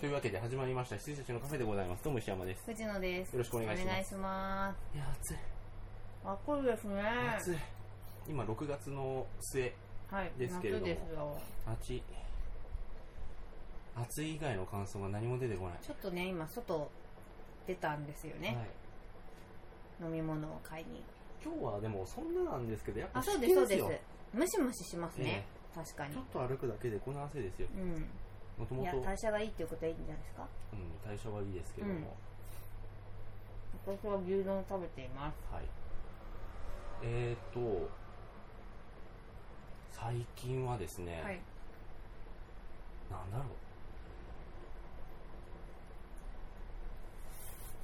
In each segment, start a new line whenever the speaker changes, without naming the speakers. というわけで始まりました羊たちのカフェでございますどうも石山です
藤野です。
よろしくお願いします
お願いします。
いや暑い
あ、これですね。
暑い今6月の末
はい、
ですけれども
夏ですよ。
暑い暑い以外の感想が何も出てこない、
ちょっとね、今外出たんですよね。
はい、
飲み物を買いに。
今日はでもそんななんですけどやっぱ
あ、そう
湿
です
気
そうです
よ。
ムシムシしますね
え。
確か
え
に
ちょ。っと歩くだけでこの汗ですよ
う
もと
ん。
も
いや
と、うん、
代謝がいいっていうことはいいんじゃないですか。
代謝はいいですけども、
うん私は牛丼を食べています。
はいえーと最近はですね、
はい。
なんだろ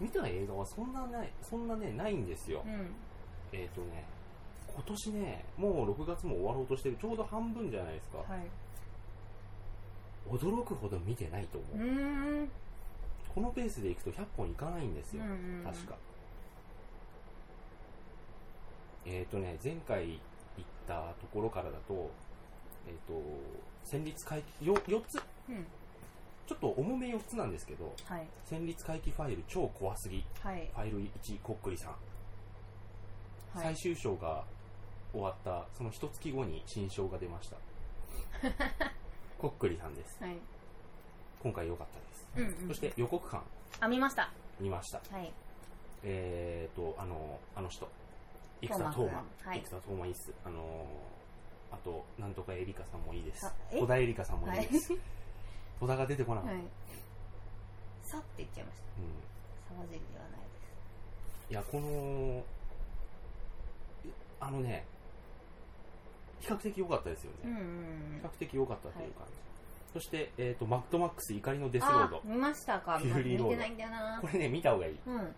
う見た映画はそんなないそんなねないんですよ、
うん。
えっ、とね今年ねもう6月も終わろうとしてるちょうど半分じゃないですか、
はい。
驚くほど見てないと思
う
う、
ーん。
このペースでいくと100本いかないんですよ、
うん
確かえっ、とね前回行ったところからだとえっ、と戦慄回帰よ4つ
うん。
ちょっと重め4つなんですけど
はい。
戦慄回帰ファイル超怖すぎ
はい。
ファイル1こっくりさん、
は
最。
い
終章が終わったその一月後に新章が出 ましたこっくりさんです
はい。
今回良かったです、
うんうん
そして予告版
あ、見ました。
見ました
はい。
えーとあのあの人生田
ト
斗
ー
真
マくんはい
生田斗真いいっすあのーあとなんとかエリカさんもいいです
あえ
小田エリカさんもいいです、小田が出てこなかった、
は
う
い
ん、。
さって言っちゃいました。沢尻ではないです。
いやこのあのね比較的良かったですよね、
うんうん
比較的良かったという感じ、そして、えーと「マッドマックス怒りのデスロード
あ見ました か
フューリーロード
見てないんだよ」な
これね見た方がいい
うん、うん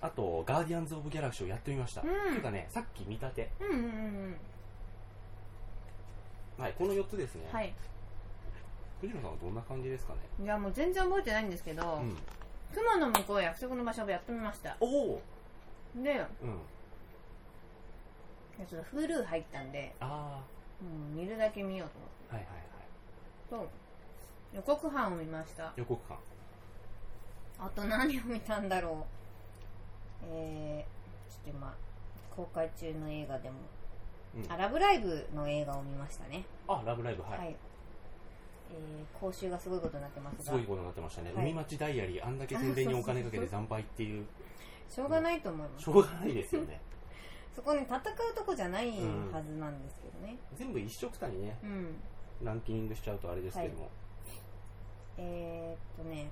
あと「ガーディアンズ・オブ・ギャラクシー」をやってみました、
うん
っていうかねさっき見たて、
うんうん
はい、この4つですね、
うんはい
藤野さんはどんな感じですかね、
いやもう全然覚えてないんですけ
う
ど、
ん、
熊の向こう約束の場所をやってみました
おお、
で
うん、
ちょっと Hulu 入ったんで、
あ
うん、見るだけ見よう
あはいはいはい
と思ってと予告版を見ました
予告感
あと何を見たんだろうえー、ちょっと今公開中の映画でも、
うん
あラブライブの映画を見ましたね
あラブライブはい、
えー、講習がすごいことになってます
す
が
ごいことになってましたね、
はい
海町ダイアリーあんだけ宣伝にお金かけて惨敗っていう
しょうがないと思います
しょうがないですよね
そこね戦うとこじゃないはずなんですけどね
全部一緒くたにね
うん、
ランキングしちゃうとあれですけども、
えー、っとね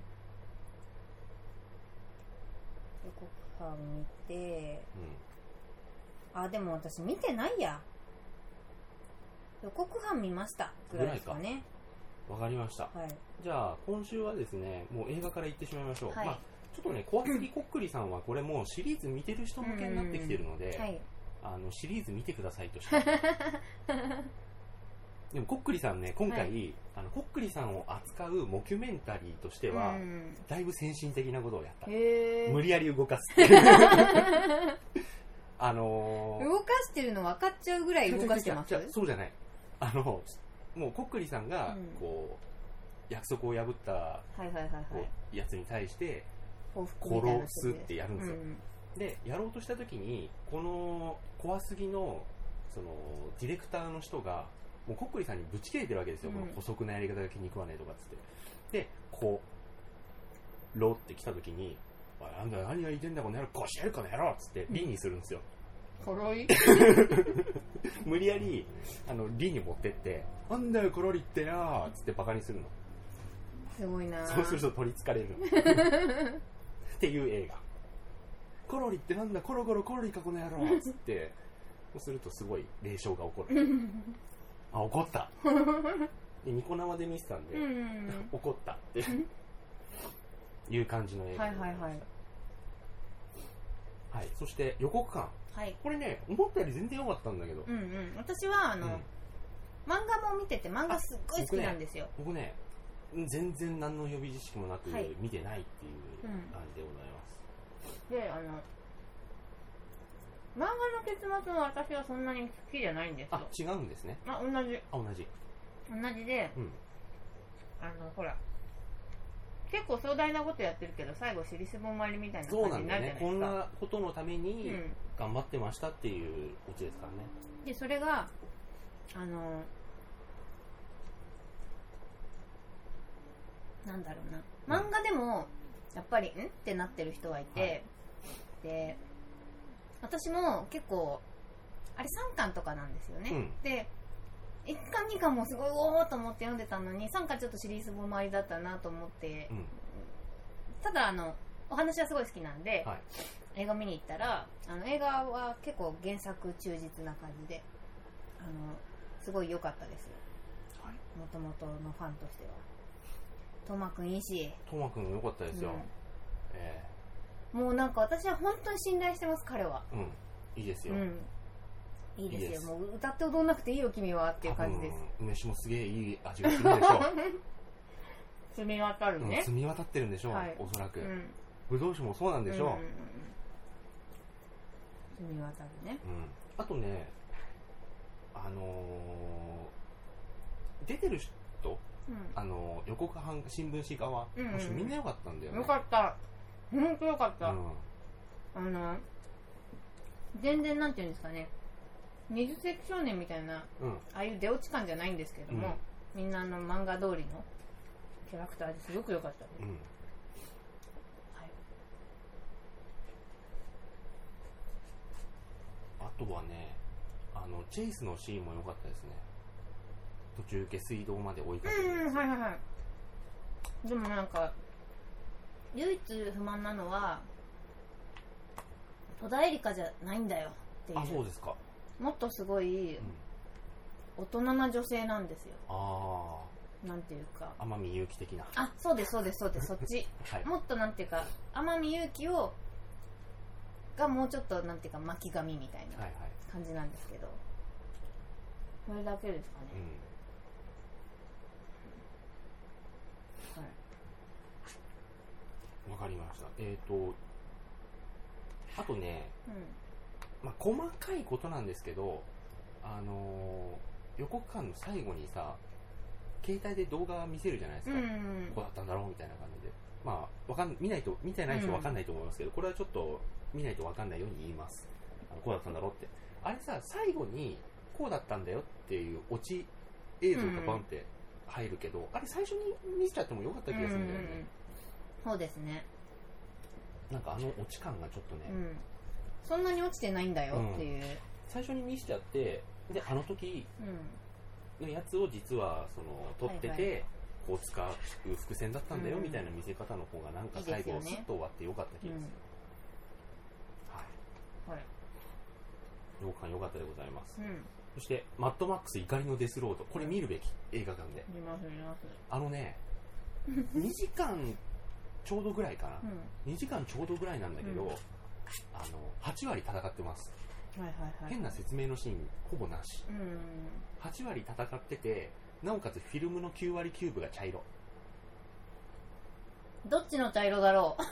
予告版見てあでも私見てないや予告版見ましたぐらいですかね
うんわかりました
はい
じゃあ今週はですねもう映画から行ってしまいましょう、
はい
まあ、ちょっとね怖すぎこっくりさんはこれもうシリーズ見てる人向けになってきてるので、
はい
あのシリーズ見てください としてでもこっくりさんね今回、
は
あのこっくりさんを扱うモキュメンタリーとしては、
うん、
だいぶ先進的なことをやった
へえ
無理やり動かすってい うあのー
動かしてるの分かっちゃうぐらい動かしてます
違う違う違うそうじゃないあのもうこっくりさんが
うん
こう、約束を破った
はいはいはいはい
こうやつに対して
報復みたい
殺
な
すってやるん
う
ですよ、
ん
でやろうとした時にこの怖すぎのそのディレクターの人がもうこっくりさんにぶち切れてるわけですよ、
うん
この姑息なやり方が気に食わねえとかっつってでこうロって来た時に「おいあんた何が言ってんだこの野郎こうしてやるこの野郎」っつってリにするんですよ、
コロリ
無理やりあのリに持ってって「なんだよコロリってよ」っつってバカにするの
すごいな
そう すると取りつかれるのっていう映画コロリってなんだコロコロコロリかこの野郎っつってそうするとすごい霊障が起こるあ怒ったでニコ生で見てたんで、
うんうんうん
怒ったっていう感じの映画
はいはいはい
はいそして予告感
はい
これね思ったより全然良かったんだけど、
うんうん私はあの、
うん
漫画も見てて漫画すっごい好きなんですよ、
僕ね全然何の予備知識もなく
はい
見てないっていう
うん
感じでございます、
であの漫画の結末も私はそんなに好きじゃないんですよ
あ違うんですね
あ同じ
あ同じ
同じで
うん
あのほら結構壮大なことやってるけど最後尻すぼまりみたいな
そう
感
なんだ
じにな
よ
るじゃ
ね
ない
こん
ですか
なことのために
うん
頑張ってましたっていうオチですからね、
でそれがあのなんだろうな漫画でもやっぱりんってなってる人がいて、
はい
で私も結構あれ3巻とかなんですよね、
うん
で1巻2巻もすごいおおと思って読んでたのに3巻ちょっとシリーズもまりだったなと思って、
うん
ただあのお話はすごい好きなんで、
はい
映画見に行ったらあの映画は結構原作忠実な感じであのすごい良かったです
はい
もともとのファンとしてはトマくんいいし、
トマくん良かったですよ、
うん
え
もうなんか私は本当に信頼してます彼は
えうんいいですよ、
うんいいです
い
よ
いです
もう歌って踊んなくていいよ君はっていう感じです
多分梅酒もすげえいい味がするんでしょ
積み渡る
う、うん、
ね、
澄み渡ってるんでしょう、
はい
おそらく、
うん
ぶどう酒もそうなんでしょう、
うんうんうん積み渡るね
うん、あとね、あのー出てる人、あのー予告版新聞紙側、
うんうんうん
の人みんな良かったんだよ
うん
ね。
よかった本当よかった、
うん
あの全然なんていうんですかね20世紀少年みたいな
うん
ああいう出落ち感じゃないんですけども、みんなあの漫画通りのキャラクターですごく良かったです、
うん
はい
あとはね、あのチェイスのシーンも良かったですね。途中下水道まで追いかけ
うんうん
る。
はいはいはいでもなんか唯一不満なのは戸田恵梨香じゃないんだよってい
あ、そううですか。
もっとすごい
うん、
大人な女性なんですよ
あ
なんていうか
あ、天海祐希的な。
あそうですそうですそうですそっち
はい。
もっとなんていうか天海祐希をがもうちょっとなんていうか巻き髪みたい
はいは。
ない感じなんですけど、それだけですか
う
ね、
ん。わ
はい
かりました。えっ、と、あとね、
う
まあ、細かいことなんですけど、あのー予告館の最後にさ、携帯で動画見せるじゃないです
ん
か。
う
こ
ん
うだったんだろうみたいな感じで。まあ、わかん、見ないと、見てない人わかんないと思いますけど、これはちょっと、見ないとわかんないように言います。あのこうだったんだろうって。あれさ、最後に、こうだったんだよっていうオチ映像がバンって入るけど、あれ最初に見せちゃってもよかった気がするんだよね。
うんうんうんそうですね、
なんかあのオチ感がちょっとね、
うん、そんなに落ちてないんだよっていう、
最初に見せちゃって、で、あの時、
うん
のやつを実はその撮ってて、
はい
こう使う伏線だったんだよ
うん
みたいな見せ方の方がなんか
いいで
最
すよ
後
ね
スッと終わってよかった気がする、はい
はい
洋館良かったでございます、
うん
そして「マッドマックス怒りのデスロード」これ見るべき映画館で
見ます見ます
あの ね2時間ちょうどぐらいかな
う、ん
2時間ちょうどぐらいなんだけど、
うん
あの8割戦ってます
はいはいはい
変な説明のシーンほぼなし
うん
8割戦っててなおかつフィルムの9割キューブが茶色
どっちの茶色だろう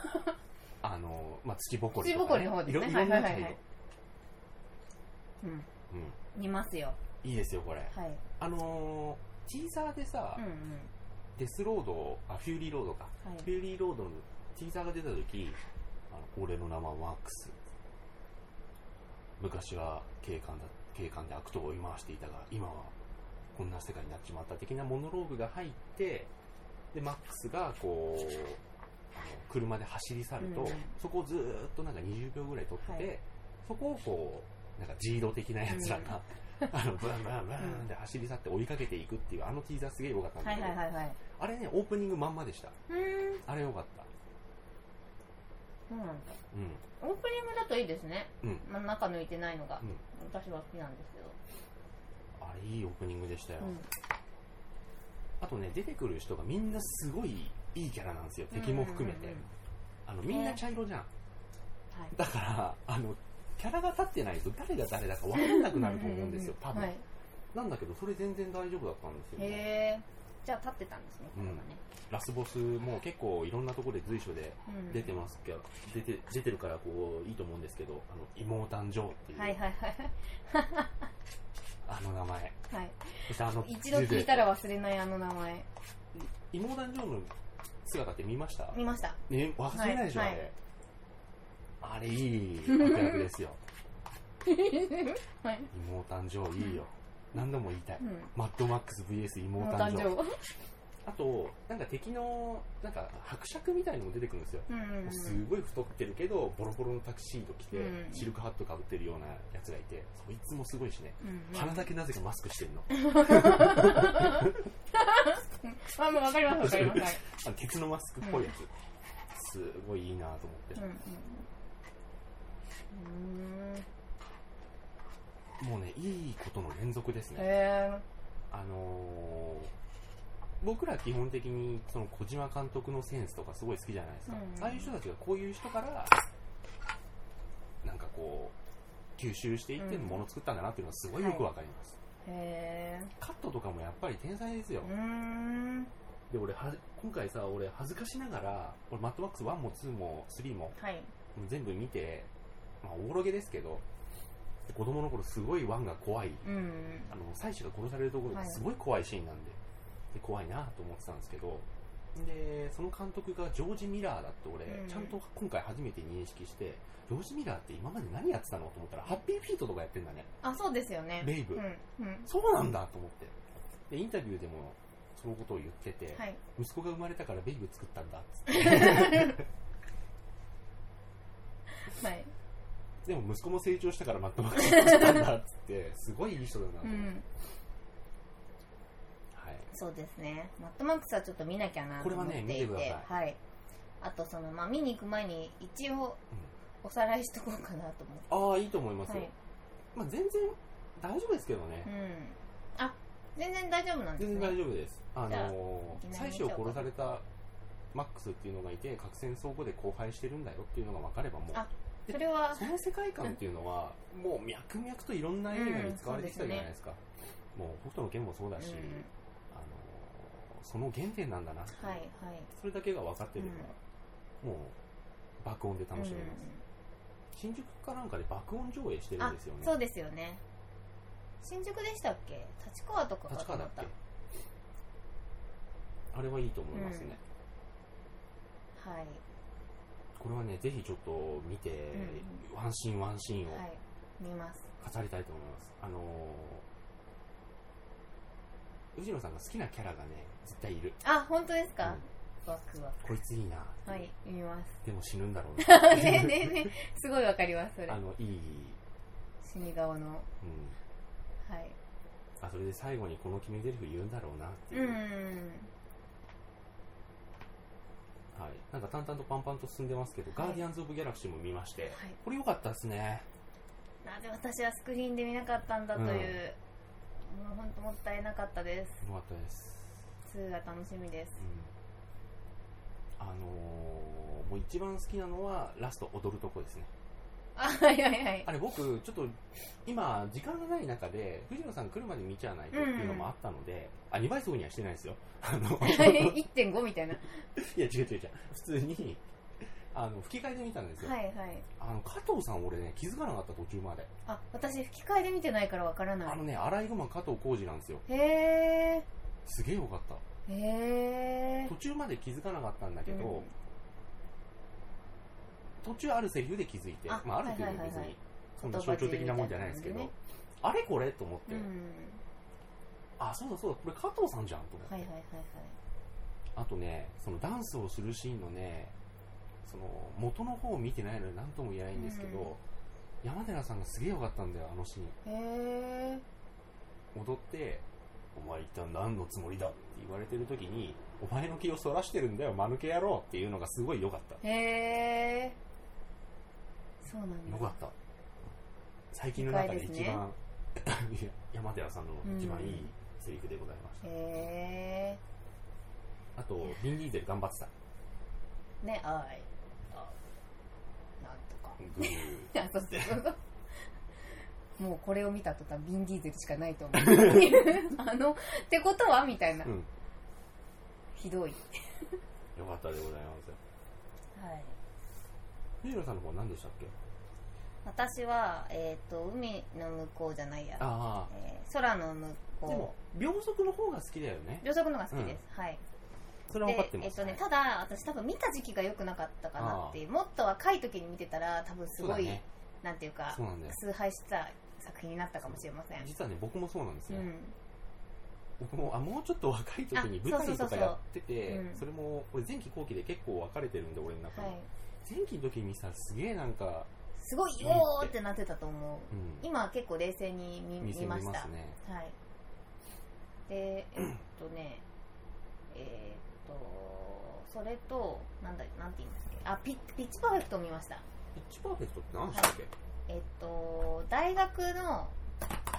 あの、まあ、土ぼこりと
土ぼこ
か、
り
ね、
の方ですね
いろいろんな
はいはい
態
はいう
度、うん
ん見ますよ
いいですよこれ
はい
あのー、ティーザーでさ、
うんうん
デスロードあフューリーロードか
はい
フューリーロードのティーザーが出た時あの俺の名はマックス昔は警官だ警官で悪党を追い回していたが今はこんな世界になっちまった的なモノローグが入ってでマックスがこうあの車で走り去ると、
うんうん
そこをずーっとなんか20秒ぐらい撮ってて、
はい
そこをこうなんかジード的なやつらが、あのブンブンブンで走り去って追いかけていくっていうあのティーザーすげえ良かったんだ
は
け
い
ど、
はいはいはい
あれねオープニングまんまでした
うーん
あれ良かった
そうなんだ
うん
オープニングだといいですね、
うん
まあ、中抜いてないのが、
うん
私は好きなんですけど、
あれいいオープニングでしたよ、
うん
あとね出てくる人がみんなすごいいいキャラなんですよ敵も含めて、
うんうんうん
あのみんな茶色じゃん、
はい
だからあのキャラが立ってないと誰が誰だか分かんなくなると思うんですよ多分、
はい、
なんだけどそれ全然大丈夫だったんですよね
へえじゃあ立ってたんですねこれがね、
ラスボスも結構いろんなところで随所で
うん
出てますけど、出て出てるからこういいと思うんですけどあの妹誕生っていう、
はいはいはい
あの名前
はい
そしてあの
一度聞いたら忘れないあの名前
妹誕生の姿って見ました
見ました
ね、忘れないでしょ、
はい
あれ。あれいい悪役ですよ。
はい
妹誕生いいよ。何度も言いたい。
うん
マッドマックス VS
も
妹
う
誕
誕
生。
生
あと、なんか敵の、なんか伯爵みたいのも出てくるんですよ。
うんうんうん
すごい太ってるけど、ボロボロのタクシード着て
う、ん
シルクハットかぶってるようなやつがいて、そいつもすごいしね。
うん
鼻だけなぜかマスクしてるの。
あもうわかりますわか りますはい
あの鉄のマスクっぽいやつ。すごいいいなと思って。
うんうんうん
もうね、いいことの連続ですね。
へ
あのー僕ら基本的にその小島監督のセンスとかすごい好きじゃないですか、
うん
ああいう人たちがこういう人からなんかこう吸収していって
うん
もの作ったんだなっていうのはすごいよくわかります、
えへえ
カットとかもやっぱり天才ですよ、
うーん
で俺は今回さ俺恥ずかしながら俺マットマックス1も2も3も
はい
全部見て、まあ、おぼろげですけど子供の頃すごい1が怖い
うん
あの妻子が殺されるところが
はい
すごい怖いシーンなんで,、で怖いなと思ってたんですけどでその監督がジョージ・ミラーだって俺、
うん
ちゃんと今回初めて認識してジョージ・ミラーって今まで何やってたのと思ったらハッピーフィートとかやってんだね
あそうですよね
レイブ、
うんうん
そうなんだと思ってでインタビューでもそのことを言ってて、
はい
息子が生まれたからベイブ作ったんだっつ って
はい
でも息子も成長したからマットマックス作ったんだっつってすごいいい人だなと
う
思って、
ん
はい
そうですね。マットマックスはちょっと見なきゃなと
これは
思っ
ね
ていて、
見てくださ
はい。あとそのまあ見に行く前に一応おさらいしとこうかなと思って。
ああいいと思いますよ、
はい。
まあ、全然大丈夫ですけどね、
うん。あ、全然大丈夫なんです
全
ね。
然大丈夫です。あ
じゃあ
の
いきな
妻
り見
子
ちゃお
を
うか
殺されたマックスっていうのがいて、核戦争後で荒廃してるんだよっていうのが分かればもう
あ、それは
その世界観っていうのは、もう脈々といろんな映画に使われてきたじゃないですか。もう北斗の剣もそうだし、
う
あ
ん
のその原点なんだなっていう、
はいはい。
それだけが分かってるから、もう爆音で楽しめます、新宿かなんかで爆音上映して
うん
る
あ
んですよ、
そう
ね。
ですよね。新宿でしたっけ？立川とかか
立
と
川
思
だっ
った
けあれはいいと思いますね。
うんはい
これはね、ぜひちょっと見て、
う
ワンシーンワンシーンを
はい見ます。
語りたいと思います。あのー、藤野さんが好きなキャラがね、絶対いる。
あ、本当ですか？
う
ワクワ
んこいついいな。
ク。はい見ます。
でも死ぬんだろうな。
ねねねすごいわかりますそ れ
あ。の、いい、うん。
死に顔のはい。
あ、それで最後にこの決め台詞言うんだろうなっていうう。
ん
はい。なんか淡々とパンパンと進んでますけど、
はい
ガーディアンズ・オブ・ギャラクシーも見まして、
はい
これ良かったですね。
なぜ私はスクリーンで見なかったんだという、もう本当もったいなかったです
良かったです。
2が楽しみです
うんあのーもう一番好きなのはラスト踊るとこですね
あはいはいはい
あれ僕ちょっと今時間がない中で藤野さん来るまで見ちゃわないとっていうのもあったので、あ2倍速にはしてないですよ あのい
1.5みたい な
や違う違う違う普通にあの吹き替えで見たんですよ、
はいはい
あの加藤さん俺ね気づかなかった途中まで、
あ私吹き替えで見てないからわからな
あ
い
のねアライグマ加藤浩次なんですよ
へえ
すげえよかった
へえ
途中まで気づかなかったんだけど、
うん
途中あるセリフで気づいて
あ
まあ、あるっていうのは
はい
別
はいはいはい
にそんな象徴的なもんじゃないですけど、あれこれと思って、
うん
あそうだそうだこれ加藤さんじゃんと思って、
はいはいはいはい
あとねそのダンスをするシーンのねその元の方を見てないので何とも言えないんですけど、
うん
山寺さんがすげえよかったんだよあのシーン
へえ
踊って「お前一体何のつもりだ?」って言われてる時に「お前の気をそらしてるんだよ間抜け野郎」っていうのがすごい良かった
へえそうなん
よ
だ
かった最近の中で一
深いですね
番 いや山寺さんの一番いいセリフでございました、
へ
あとビン・ディーゼル頑張ってた
えねあいあなんとか
グー
あそうそう そうもうこれを見た途端ビンディーゼルしかないと 思うあのってことはみたいな、
うん
ひどい
よかったでございます
はい
藤野さんの方何でしたっけ
私はえっ、と海の向こうじゃないや、
あ
えー空の向
あでも
こ
秒速の方が好きだよね
う秒速のが好きです、はい
それは分かってま
えっ
す、
とね、ただ私多分見た時期が良くなかったかなっていうもっと若い時に見てたら多分す
そう
ご
だ
い、
ね
なんていうか
そうなんだよ
崇拝してた作品になったかもしれません
実はね僕もそうなんです
う
よ、
ん
僕もあもうちょっと若い時に舞台とかやってて
あ
そ
そ
れも俺前期後期で結構分かれてるんで俺の中
は
で、
い
前期の時にさすげえなんか、
すごいよーってなってたと思
う、
うん今は結構冷静に見
見
見
せ
ま
ます
した
ね
はいでえっとねえっとそれとなんだなんて言うんですかあピッピッチパーフェクトを見ました
ピッチパーフェクトって何でしたっけ、
えっと大学の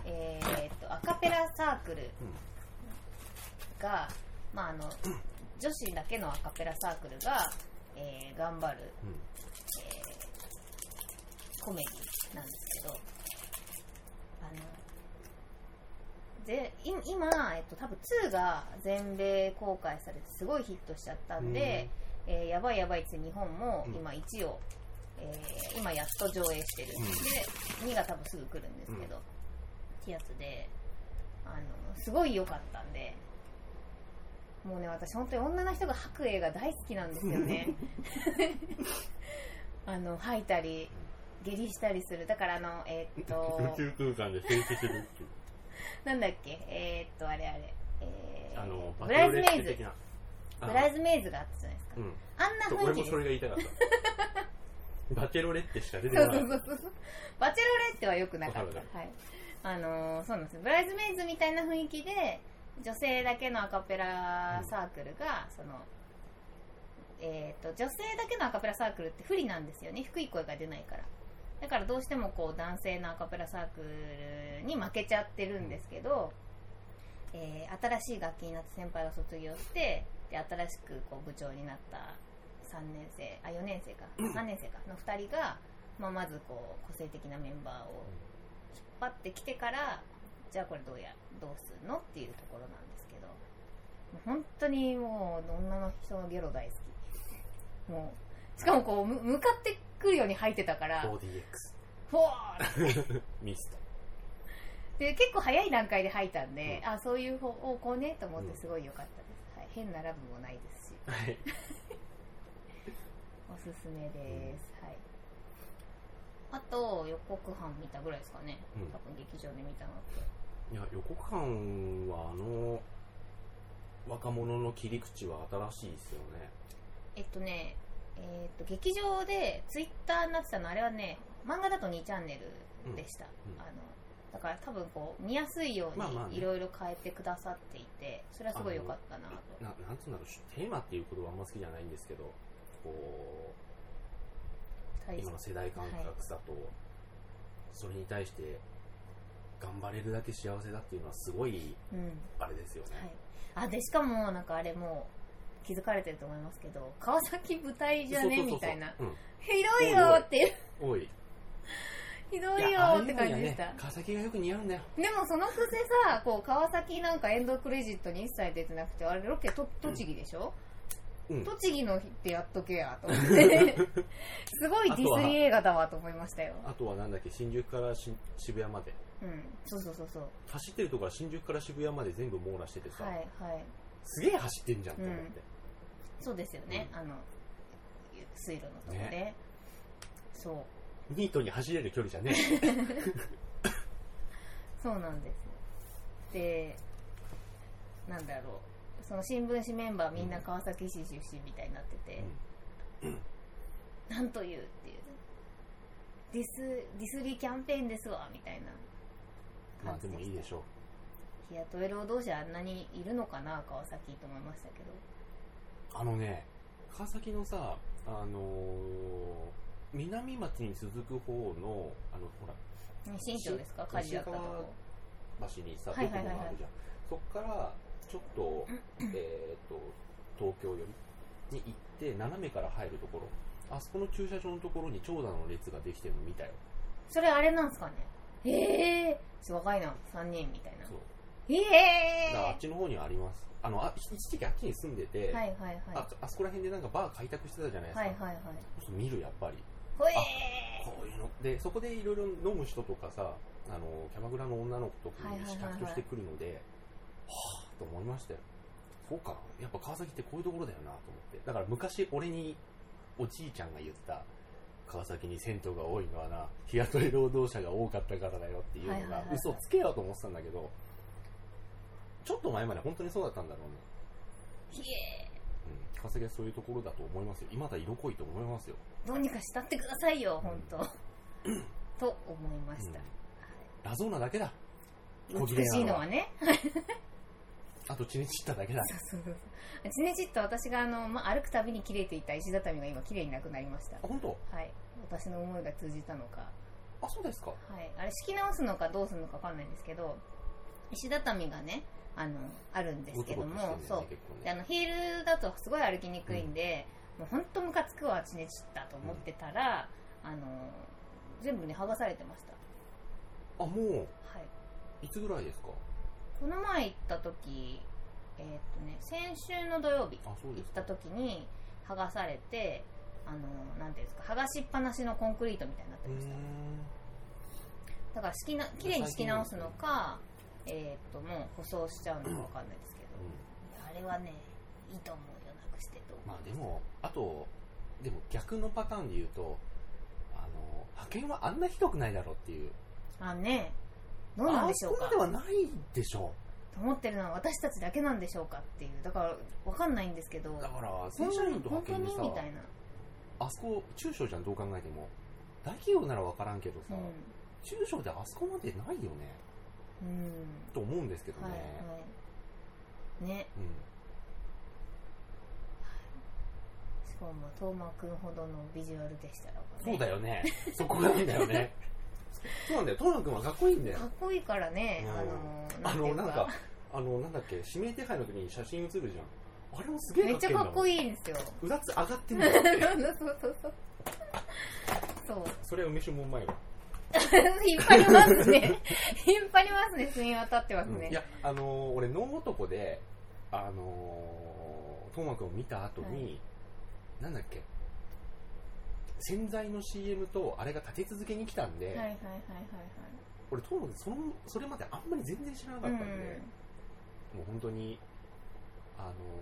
えーっとアカペラサークルが、まああの女子だけのアカペラサークルが、えー頑張る、
うん
えーコメディなんですけどあのでい今、えっと、多分2が全米公開されてすごいヒットしちゃったんで、えーやばいやばいって日本も
うん
今1を、えー今やっと上映してる、
うん
で2が多分すぐ来るんですけど、ってやつであのすごい良かったんでもうね私本当に女の人が吐く映画大好きなんですよね あの吐いたり下痢したりするだからあのえーっと
宇宙空間で成長するっていう
なんだっけえーっとあれあれ、えー
あのバ
ブライ
ト
ズ
ル
メ
レ
イ
ッ
ズ
セ的な
ブライ
ズ
ズメイズがあったじゃないですか
うん
あんな
そう
雰
俺も
囲気です
それが言いた かったバケロレッテしか出て
そ
こ
う
な
そ
いう
そうそうバチェロレッテは良くなかっ
わかるわ
た、はい、あのーそうなんですよブライズメイズみたいな雰囲気で女性だけのアカペラサークルが、そのえー、と女性だけのアカペラサークルって不利なんですよね低い声が出ないからだからどうしてもこう男性のアカペラサークルに負けちゃってるんですけど、えー新しい楽器になって先輩が卒業してで新しくこう部長になった3年生あ4年生か3年生かの2人が、まあ、まずこう個性的なメンバーを引っ張ってきてからじゃあこれどうやどうするのっていうところなんですけどもう本当にもう女の人のゲロ大好きもうしかもこうむ向かってくるように吐いてたから
うん 4DX
ほーっ
ミスト
で結構早い段階で吐いたんで、あそういう方向ねと思ってすごい良かったです、はい、変なラブもないですし
はい
おすすめです、はいあと予告版見たぐらいですかね、
うん
多分劇場で見たのって
いや予告感はあの若者の切り口は新しいですよね
えっとねえっと劇場でツイッターになってたのあれはね漫画だと2チャンネルでした、
うんうん
あのだから多分こう見やすいよ
まあまあ
う
ね
にいろいろ変えてくださっていてそれはすごい良かったなと
ななんつうんだろうしテーマっていう言葉あんま好きじゃないんですけどこう
二人
今の世代感覚さと、それに対して頑張れるだけ幸せだっていうのはすごい
うん
あれですよね、
はい、あでしかもなんかあれもう気づかれてると思いますけど川崎舞台じゃね
そうそうそうそう
みたいな、
うん
ひどいよーっていう
おい
ひどいよ
ああ
ーって感じでした、
ね川崎がよく似合うんだよ
でもその伏せさこう川崎なんかエンドクレジットに一切出てなくてあれロケと栃木でしょ、
うん
栃木の日ってやっとけやと思って すごいディスり映画だわと思いましたよ、
あとはなんだっけ新宿からし渋谷まで
うん、そうそうそうそう
走ってるとこから新宿から渋谷まで全部網羅しててさ、
はいはい
すげえ走ってんじゃんと思って、
そうですよね、
う
あの水路のとこで、
ね
そう
ニートに走れる距離じゃねえ
そうなんですでなんだろうその新聞紙メンバーみんな川崎市出身みたいになって て、なんというっていうディスディスリーキャンペーンですわみたいな
まあでもいいでしょう
日雇い労働者あんなにいるのかな川崎と思いましたけど
あのね、川崎のさ、あのー南町に続く方の、あの、ほら、
ね新庄ですか
し
火事だったとこ
橋にさ、
はいは
ドコ
いはいはい
モがあるじゃん。そっから、ちょっ と、えっと、東京寄りに行って、斜めから入るところ、あそこの駐車場のところに長蛇の列ができてるの見たよ。
それあれなんですかねええー、若いな3人みたいな
そう。だからあ
え
っちの方にはあります。あの、あ一時期あっちに住んでて、
えー、はいはいはい
ああそこら辺でなんかバー開拓してたじゃないですか。
はいはいはい
そうすると見る、やっぱり。
ほえー
こういうのでそこでいろいろ飲む人とかさあのキャバクラの女の子とか
はい
に
はいはいはい
視覚としてくるのではあと思いましたよそうかやっぱ川崎ってこういうところだよなと思ってだから昔俺におじいちゃんが言った川崎に銭湯が多いのはな日雇い労働者が多かったからだよっていう
はい
の
はいは
が
いはい
嘘つけようと思ってたんだけどちょっと前まで本当にそうだったんだろうね、
ひえ
うん、川崎はそういうところだと思いますよ今だ色濃いと思いますよ、
どうにかしたってくださいよ本当、と思いま
う
し
ん
た、、
ラゾーナだけだ
はい美しいのはね
あとチネチッタだけだ
そうそうそうちねちっと私があの、まあ、歩くたびに切れていた石畳が今綺麗になくなりました
あ本当
はい私の思いが通じたのか、
あそうですか
はい、あれ敷き直すのかどうするのか分かんないんですけど石畳がねあのあるんですけども
してんだ
そ
よ
う
ね結構
であ
ね
のヒールだとすごい歩きにくいんで、もう本当ムカつくわちねちったと思ってたら、あの全部ね剥がされてました、
あも
はい、
ういつぐらいですか
この前行った時えーっとね先週の土曜日
あそう
行
で
っ
す
た
か
時に剥がされてあのなんていうんですか剥がしっぱなしのコンクリートみたいになって
うー
ま
ん
した、だから敷きな綺麗に敷き直すのかえーっともう舗装しちゃうのかわかんないですけ
う
ど、
ん
あれはねいいと思うよなくしてと思い
まあ
す
でもあとでも逆のパターンで言うとあの派遣はあんなひどくないだろうっていう
あねどうなんでしょう
あ
か
そこまではないでしょ
と思ってるのは私たちだけなんでしょうかっていうだからわかんないんですけど
だから正社員と
本
派
当
遣
に
でさ
みたいな、
あそこ中小じゃんどう考えても大企業なら分からんけどさ、
う
中小であそこまでないよね
んうん、
と思うんですけどね、
はいはいね
うん
しかも東馬くんほどのビジュアルでしたらばね
そうだよね。そこなんだよ ね。そうなんだよ。トーナ君はかっこいいんだよ
か。っこいいからね、
うん
あ
あ
の
の、なんん
なていう
か
か、
あの、なんだっけ、指名手配の時に写真写るじゃん。あれもすげえ
めっちゃかっこ
いい
いいんですよ
んだもん。うだつ上がってんだ よ。
そうそうそうそう
それは梅酒もうまいわ。
引っ張 りますね引っ張りますね水は立ってます
うん
ね
い、や、あのー、俺、脳男で、あのー、トーマ君を見た後に、
はい
なんだっけ、洗剤の CM とあれが立て続けに来たんで、
はいはい
俺、トーマ君その、それまであんまり全然知らなか
はいはいは
っ
い
た
うん
で、
ん
もう本当に、あのー、も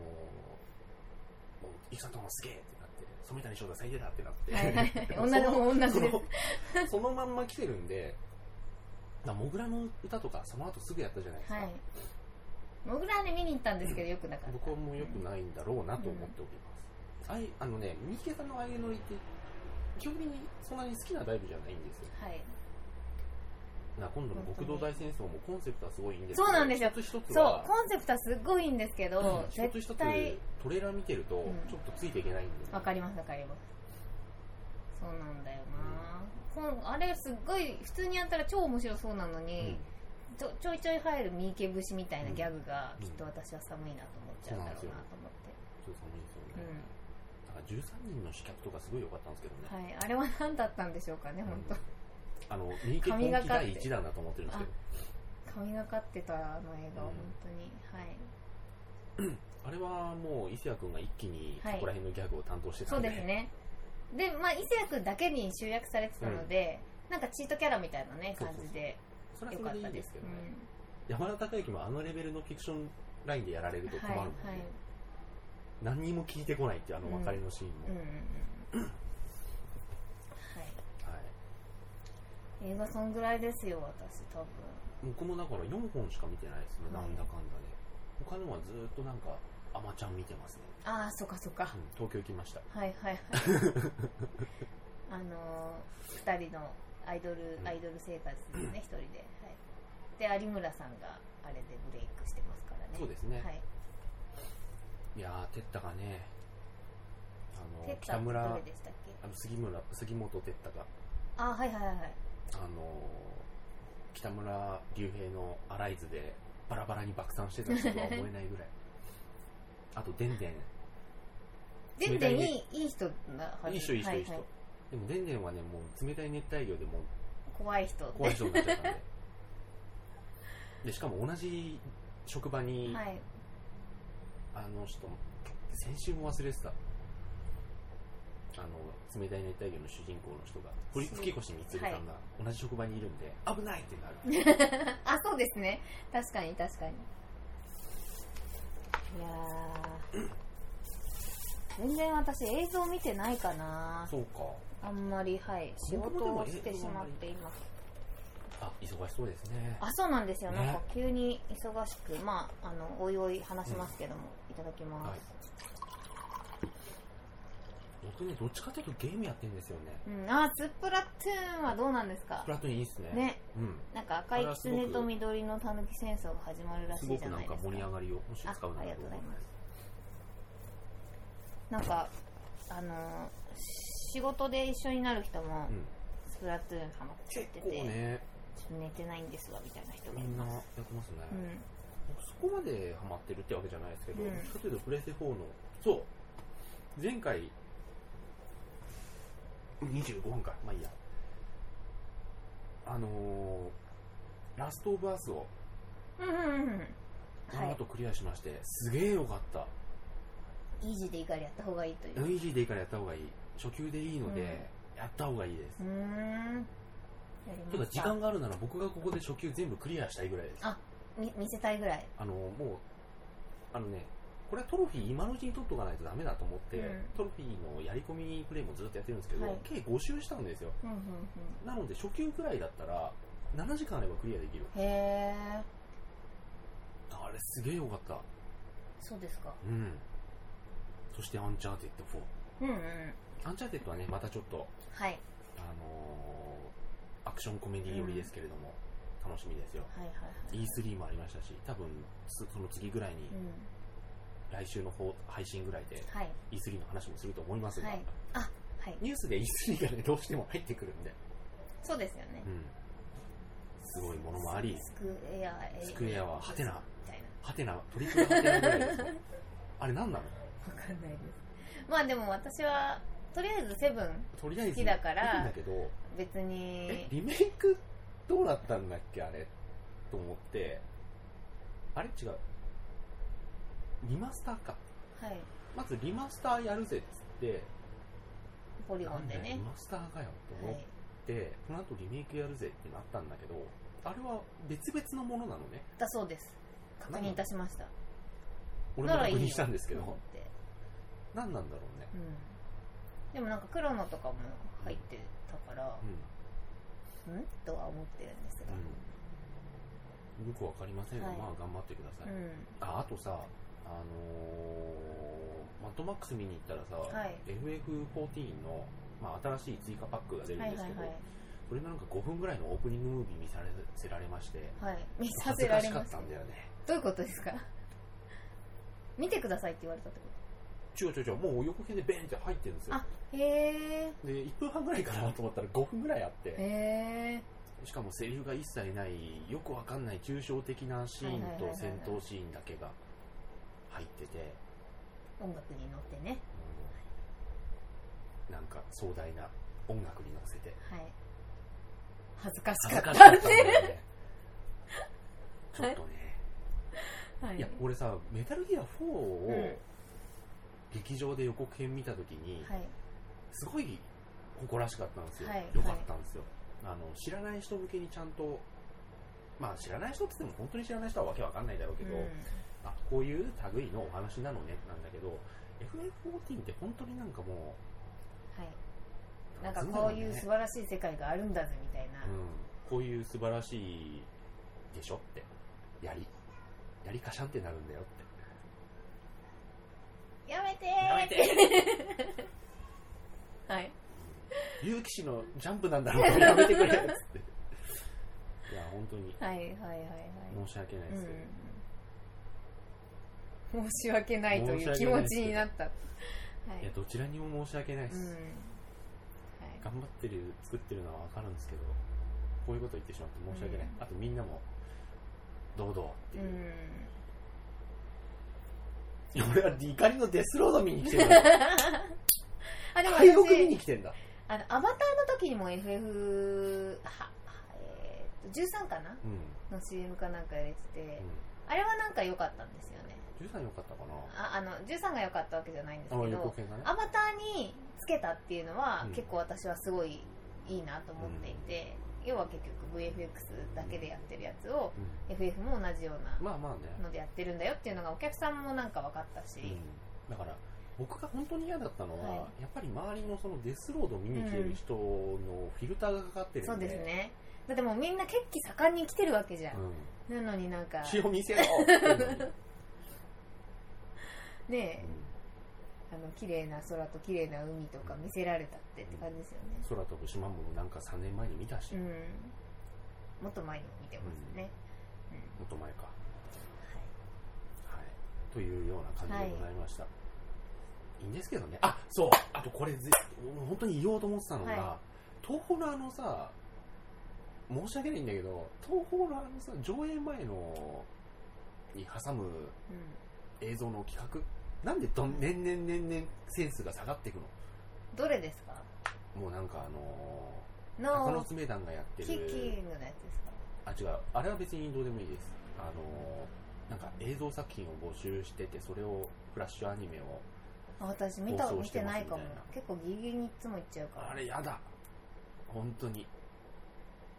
う、戦ともすげえってなって、染谷翔太最低だってなって、
は いはい
そ
同じもう同じです
そのそのまんま来てるんで、だからモグラの歌とか、その後すぐやったじゃないですか。
はいモグラね見に行ったんですけどよくなかった
僕はもう良くないんだろうなと思っております。あいあのね、三池さんのああいうノリって、基本的にそんなに好きなダイブじゃないんですよ。
はい
な今度の極道大戦争もコンセプトはすごいいいんです
そうなんですよ
一つ一つ
そ
は
う、コンセプトはすっごいいいんですけど、
うん一つ一つ
絶対
トレーラー見てると
ん、
ちょっとついていけないんですよ
わかりますわかりますそうなんだよな、こん、あれすっごい普通にやったら超面白そうなの
うん
に、ちょちょいちょい入る三池節みたいなギャグが、
うん
きっと私は寒いなと思っちゃうんだろうなと思
ちょ
って
っと寒いですよ
う
ね。
ん
だから13人の刺客とかすごい良かったんですけどね。
はい、あれは何だったんでしょうかね、本
あの、三池今
神が
期
かって
第1弾だと思ってるんですけど、
当神がかってたあの映画
うん
は本当に、はい
あれはもう伊勢谷君が一気にそ
はい
こら辺のギャグを担当してた
そうん
で、
ですねでまあ伊勢谷君だけに集約されてたので、なんかチートキャラみたいなね感じで
それはそ
よか
れでい
っ
い
た
んで
ですす
けどね。山田孝之もあのレベルのフィクションラインでやられる
う
と
ん
困
はい
る
は
もんね。
い
何にも聞いてこないっていうあの別れのシーンも。
うんうん
は
うんはい映画そんぐらいですよ私多分
い。僕もだから4本しか見てないですね、
はい
なんだかんだで、他のはずーっとなんか、アマちゃん見てますね。
ああそっかそっか
う、ん、東京行きました。
はいはいはいあのー、2人のアイドルアイドル生活ですね一人で、はい、で有村さんがあれでブレイクしてますからね
そうですね。
はい、
いやー、テッタがね、あ
テ
の
ッタ
北村、
ど
あ
れでしたっけ
の杉村杉本哲太が、
あーはいはいはいはい
あのー北村隆平のアライズでバラバラに爆散してた人とは思え ないぐらい。あと、でんでん。
全然いいいい人なはず
いい人、いい人、
はいい
い人
はい。
でも、でんでんはね、もう冷たい熱帯魚でもう
怖い人で
怖い人になっちゃ ったんで。で、しかも同じ職場に、
はい
あの人、先週も忘れてた。あの、冷たい熱帯魚の主人公の人が、ふり
そう
吹越光弘さんが同じ職場にいるんで、危ないってなる。
あそうですね確かに確かにいやー全然私映像見てないかな
そう か
あんまりはい仕事をしてしまっています
あ忙しそうですね
あそうなんですよ、
ね
なんか急に忙しくまああのおいおい話しますけども、いただきます、
はい僕ねどっちかというとゲームやってんですよね
うん、あースプラトゥーンはどうなんですか
プラトゥーンいいっすね
ね
うん
なんか赤い狐と緑のたぬき戦争が始まるらし
す
い
ご
じゃ
く
な
ないん
で
か
す
盛り上
か
がりをもし使うな
ああり
ら
がとうござい
思
ま
ますす
なんかあのー仕事で一緒になる人も
うん
スプラトゥーンハマっちゃっ
結
て
構
て、
ね
ちょっと寝てないんですわみたいな人が
み
い
んな
ます
やってますね、
うん
僕そこまでハマってるってわけじゃないですけど、
うん
どっちかというとプレステ4のそう前回25分かまあいいやあのーラストオブアースを
うんうんうん
あ
は
の後クリアしまして、すげえよかった
いイージーで怒りやった方がいいという
イージーでいいからやった方がいい初級でいいので、やった方がいいです
うーんや
て
り
いう
ま
か
し
時
た
間があるなら僕がここで初級全部クリアしたいぐらいです
あみ見せたいぐらい
あのもうあのねこれはトロフィー今のうちに取っとかないとダメだと思って、
うん
トロフィーのやり込みプレイもずっとやってるんですけど、
はい
計5周したんですよ
うんうん
なので初級くらいだったら7時間あればクリアできる
うんへえ
あれすげえよかった
そうですか
うんそしてアンチャーテッド
うんうん
4アンチャーテッドはねまたちょっと
はい
あのーアクションコメディ寄りですけれども、楽しみですよ
はいはいはい
E3 もありましたし多分そその次ぐらいに、
うん
来週の方配信ぐらいで
はい
E3 の話もすると思いますが、
はいあはい
ニュースで E3 がね、どうしても入ってくるんで、
そうですよね
うん、すごいものもあり、
スクエアえ
スクエアはハテナ
みたいな
ハテナ、トリプルハテナぐらいですよ。あれ何なの
わかんないですまあでも私はとりあえずセブン
とりあえず、
好きだから
いいんだけど、
別
え
に、
リメイクどうなったんだっけ、あれと思って、あれ違う。リマスターか。
はい、
まずリマスターやるぜっつって、
ポリゴ
なん
ン
だ
で
よ、リ
ね
マスターかよと
は
思
い
っ、て、この後リメイクやるぜってなったんだけど、あれは別々のものなのね。
だそうです確認いたしました
俺
な
も
らいい
確
よ
認したんですけ
と思っ
ど、
て
何なんだろうね。
うんでもなんかクロノとかも入ってたから
う、ん
うんとは思ってるんです
よくわかりませんが、
はい
まあ頑張ってくださ
が、
い、
う
ああとさあのーマッドマックス見に行ったらさ、
はい
FF14 の、まあ、新しい追加パックが出
ん、
る
はい
ん
は
で
い
す
は
け
い
ど、それがなんか5分ぐらいのオープニングムービー見させられまして
はい見さ
恥ず
せら
かし
れ
かっ
ました
たんだよね
どういうことですか見てくださいって言われたってこ
違う違う違うもう横毛でベンって入ってるんですよ
あとへえ
で1分半ぐらいかなと思ったら5分ぐらいあって
へえ
しかもセリフが一切ないよくわかんない抽象的なシーン
はいはい
と
はいはい
戦闘シーンだけが入ってて、
音楽に乗ってね
うんなんか壮大な音楽に乗せて
はい恥ずかし
恥
か
ず
った
かしかったんだよねちょっとね
はい
や俺さ「メタルギア4」
うん
を劇場で予告編見た時に
はい
すごい誇らしかったんですよ
はい
良かったんですよあの知らない人向けにちゃんとまあ知らない人って言っても本当に知らない人はわけわかんないだろうけど、
う
あこういう類のお話なのねなんだけど FF14 って本当になんかも
んはい、
う
なんか
ずだ
こ
ろ
う
ね
いう素晴らしい世界があるんだぜみたいな、
うん、こういう素晴らしいでしょってやりやりかしゃんってなるんだよっ
やめて
て
ー
やめて
はい
勇気士のジャンプなんだろうからやめてくれっつって いや本当に
はいはいはいはい
申し訳ないですけど、
うん、申し訳ないという気持ちにな ったはい
やどちらにも申し訳ないで
い、う
す、
んはい、
頑張ってる作ってるのは分かるんですけどこういうこと言ってしまって申し訳ない、
うん
あとみんなも堂々って
う
いう、
ん
いや俺は怒りのデスロード見に来てるんだ
あでも
敗北見
私
に来てんだ
あのアバターの時にも FF はえー、と13かな
うん、
の CM かなんかやれてて
う
あれはなんか良かったんですよね
ん、13良かったかな
ああの13が良かったわけじゃないんですけ
ああ横
ど
剣がね
アバターにつけたっていうのは、
うん
結構私はすごいいいなと思っていて、要は結局 VFX だけでやってるやつを
うん
FF も同じよう
まあまあね
な、のでやってるんだよっていうのがお客さんもなんか分かったし、
うん、だから僕が本当に嫌だったのは、
はい
やっぱり周りのそのデスロードを見に来てる人のフィルターがかかってるんで、
そうですねだってもうみんな血気盛んに来てるわけじゃん、なのになん
う
か
ん、血を見せろっ ていうのに、
ね
うん
えあの綺麗な空と綺麗な海とか見せられたってって感じですよね
空飛ぶ島もなんか3年前に見たし、
う
も
んもっと前に見てますね、うん
っと前か、はい、というような感じでございました、い、いんですけどねあそうあとこれぜ本当に言おうと思ってたのが、
は
東宝のあのさ申し訳ないんだけど東宝のあのさ上映前のに挟む
うん
映像の企画なんでどん年々年々センスが下がっていく
どれですか
のもうなんかあのー、鷹の
の
爪団がやって
キ
る
キングのやつですか
あ違うあれは別にどうでもいいですあのーなんか映像作品を募集しててそれをフラッシュアニメを
あ私見た
放送
見
して
て
ます
ないかも
みたいな
結構ギリギリにいつも行っちゃうから
あれやだ本当に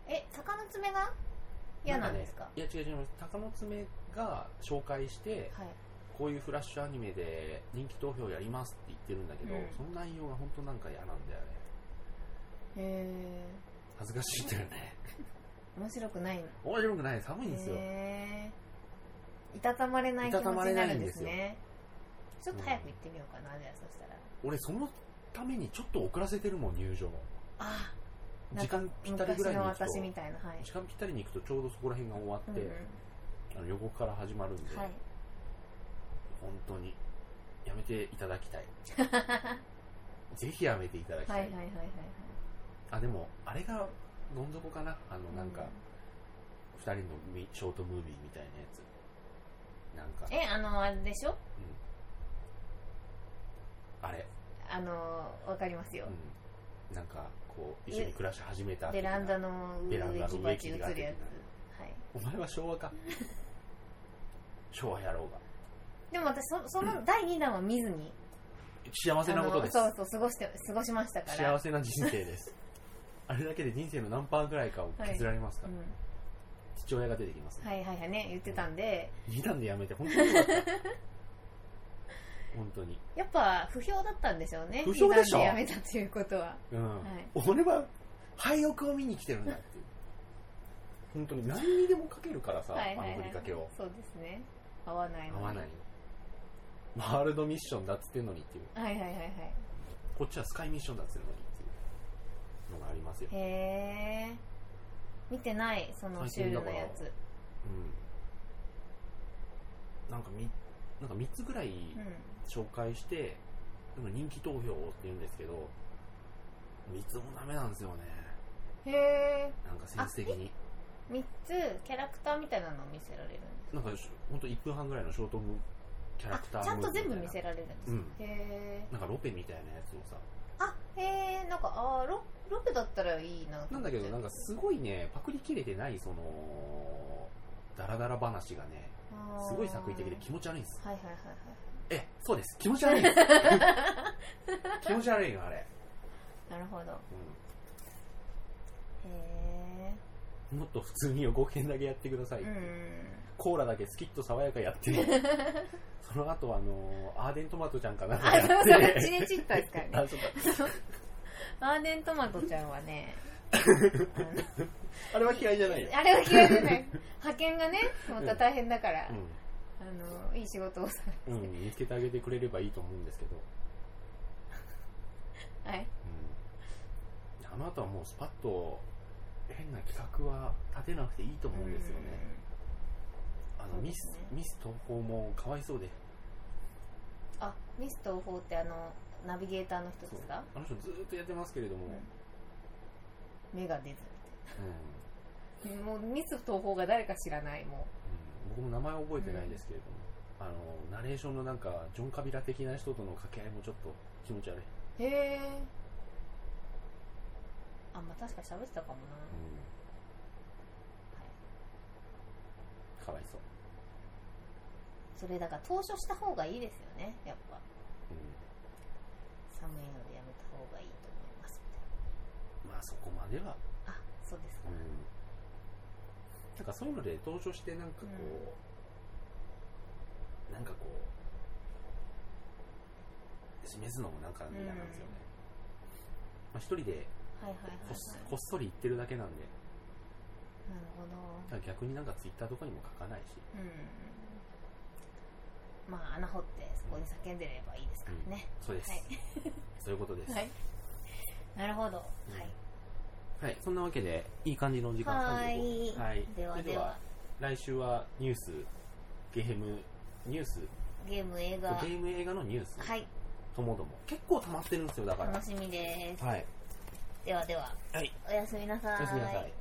え鷹の爪が嫌なんですか
いや違う違います鷹の爪が紹介して
はい
こういうフラッシュアニメで人気投票やりますって言ってるんだけど、
うん
その内容が本当なんか嫌なんだよね
へ
恥ずかしいんだよね
え面白くない
面白くない寒いんですよ、
へえいたたまれない気持ちになるんですねちょっと早く行ってみようかな、じゃあそしたら
俺そのためにちょっと遅らせてるもん入場
あ
時間ぴったりぐ
昔
らいに
の
行くと
私みたいなはい、
時間ぴったりに行くとちょうどそこら辺が終わ
うん
っ
う
て、
ん
あの予告から始まるんで、
はい
本当にやめていただきた いぜひやめていただきた
はい
い、
はいはいはいはい
あでもあれがどん底かなあのなんか2人のミショートムービーみたいなやつなんか
うん、えあのあれでしょ
あれ、
あのわかりますよ、
うん、なんかこう一緒に暮らし始めた
ベランダ
の
の
ベランダの
植
植木
木鉢映る
が
や
あ
つ
る時に
はい
お前は昭和か昭和野郎が
でも私そその第2弾は見ずに
幸せなことです
あのそうそう過ごして過ごしましたから
幸せな人生です あれだけで人生の何パーぐらいかを削られますか
う
ら、
ん、
父親が出てきます、ね
はいはいはいね言ってたんで
2段でやめて本当によかった 本当に
やっぱ不評だったんでしょうね
不評でしょ
二段でやめたということは
うん、
い
俺は廃屋を見に来てるんだっていう本当に何にでもかけるからさ、
はいはい
あの
は
ふり
い
かけを
そうですね合わないのに
合わないよワールドミッションだっつってんのにっていう
はいはいはいはい
こっちはスカイミッションだっつってんのにっていうのがありますよ、
へえ見てないそのシュールなやつ
うん、なんかみなんか3つぐらい
うん
紹介して、なんか人気投票って言うんですけど3つもダメなんですよね
へえ
なんかセンス的に
3つキャラクターみたいなのを見せられるんです
なんかほんと1分半ぐらいのショートムキャラクタ
あ
ー
ちゃんと
ムービーみ
全
た
部
いな
見せられるんです
うん
へえ
なんかロペみたいなやつをさ
あへえんかあーロロケだったらいいなと
な
思
ん
っ
だ
て
けどなんかすごいねパクリ切れてないそのダラダラ話がね
あー
すごい作為的で気持ち悪いんです
はいはいはいはい
えそうです気持ち悪 いんです気持ち悪いよあれ、
なるほどへ
うん
え
もっと普通に予告編だけやってください、
うん
コーラだけスキッと爽やかやって その後あのーアーデントマトちゃんかなんか
あ
や
そう
っ
そ
て
うチネチッタですから ね
あそうか
アーデントマトちゃんはねあ
あれは嫌いじゃ
の
ないよ、
あれは嫌いじ ゃない派遣がねまた大変だから、あのいい仕事をさ
うんうん、見つけてあげてくれればいいと思うんですけど、
はい
うん、あの後はもうスパッと変な企画は立てなくていいと思うんですよね、あのミス
そうですね
ミス東宝もかわいそうで
うんあミス東宝ってあのナビゲーターの人ですか
あの人ずーっとやってますけれども、
目が出ず
うん
もうミス東宝が誰か知らないも
うん僕も名前は覚えてないですけれども、あのナレーションのなんかジョン・カビラ的な人との掛け合いもちょっと気持ち悪い、
うへえあまあ確か喋ってたかもな、はい
かわいそう、
それだから投書した方がいいですよねやっぱ
う
寒いのでやめた方がいいと思います
ん、まあそこまでは
あそうですか
う、んなんかそういうので登場してなんかこう、なんかこう示すのもなんか嫌なんですよね、まあ、一人で
はいはい
こっ
はい
そ
はい
こっそり言ってるだけなんで
なるほど
だから逆になんかツイッターとかにも書かないし、
うんまあ穴掘ってそこに叫んでればいいですからね、
そうです、
はい
そういうことです
はいなるほど、
うん
はい
はい、そんなわけでいい感じのお時間
はーい
35分はい
では
それ
では
来週はニュースゲームニュース
ゲーム映画
ゲーム映画のニュース
はい
ともども結構溜まってるんですよだから
楽しみです
はい
ではでは
はい
おやすみなさ
おやすみなさい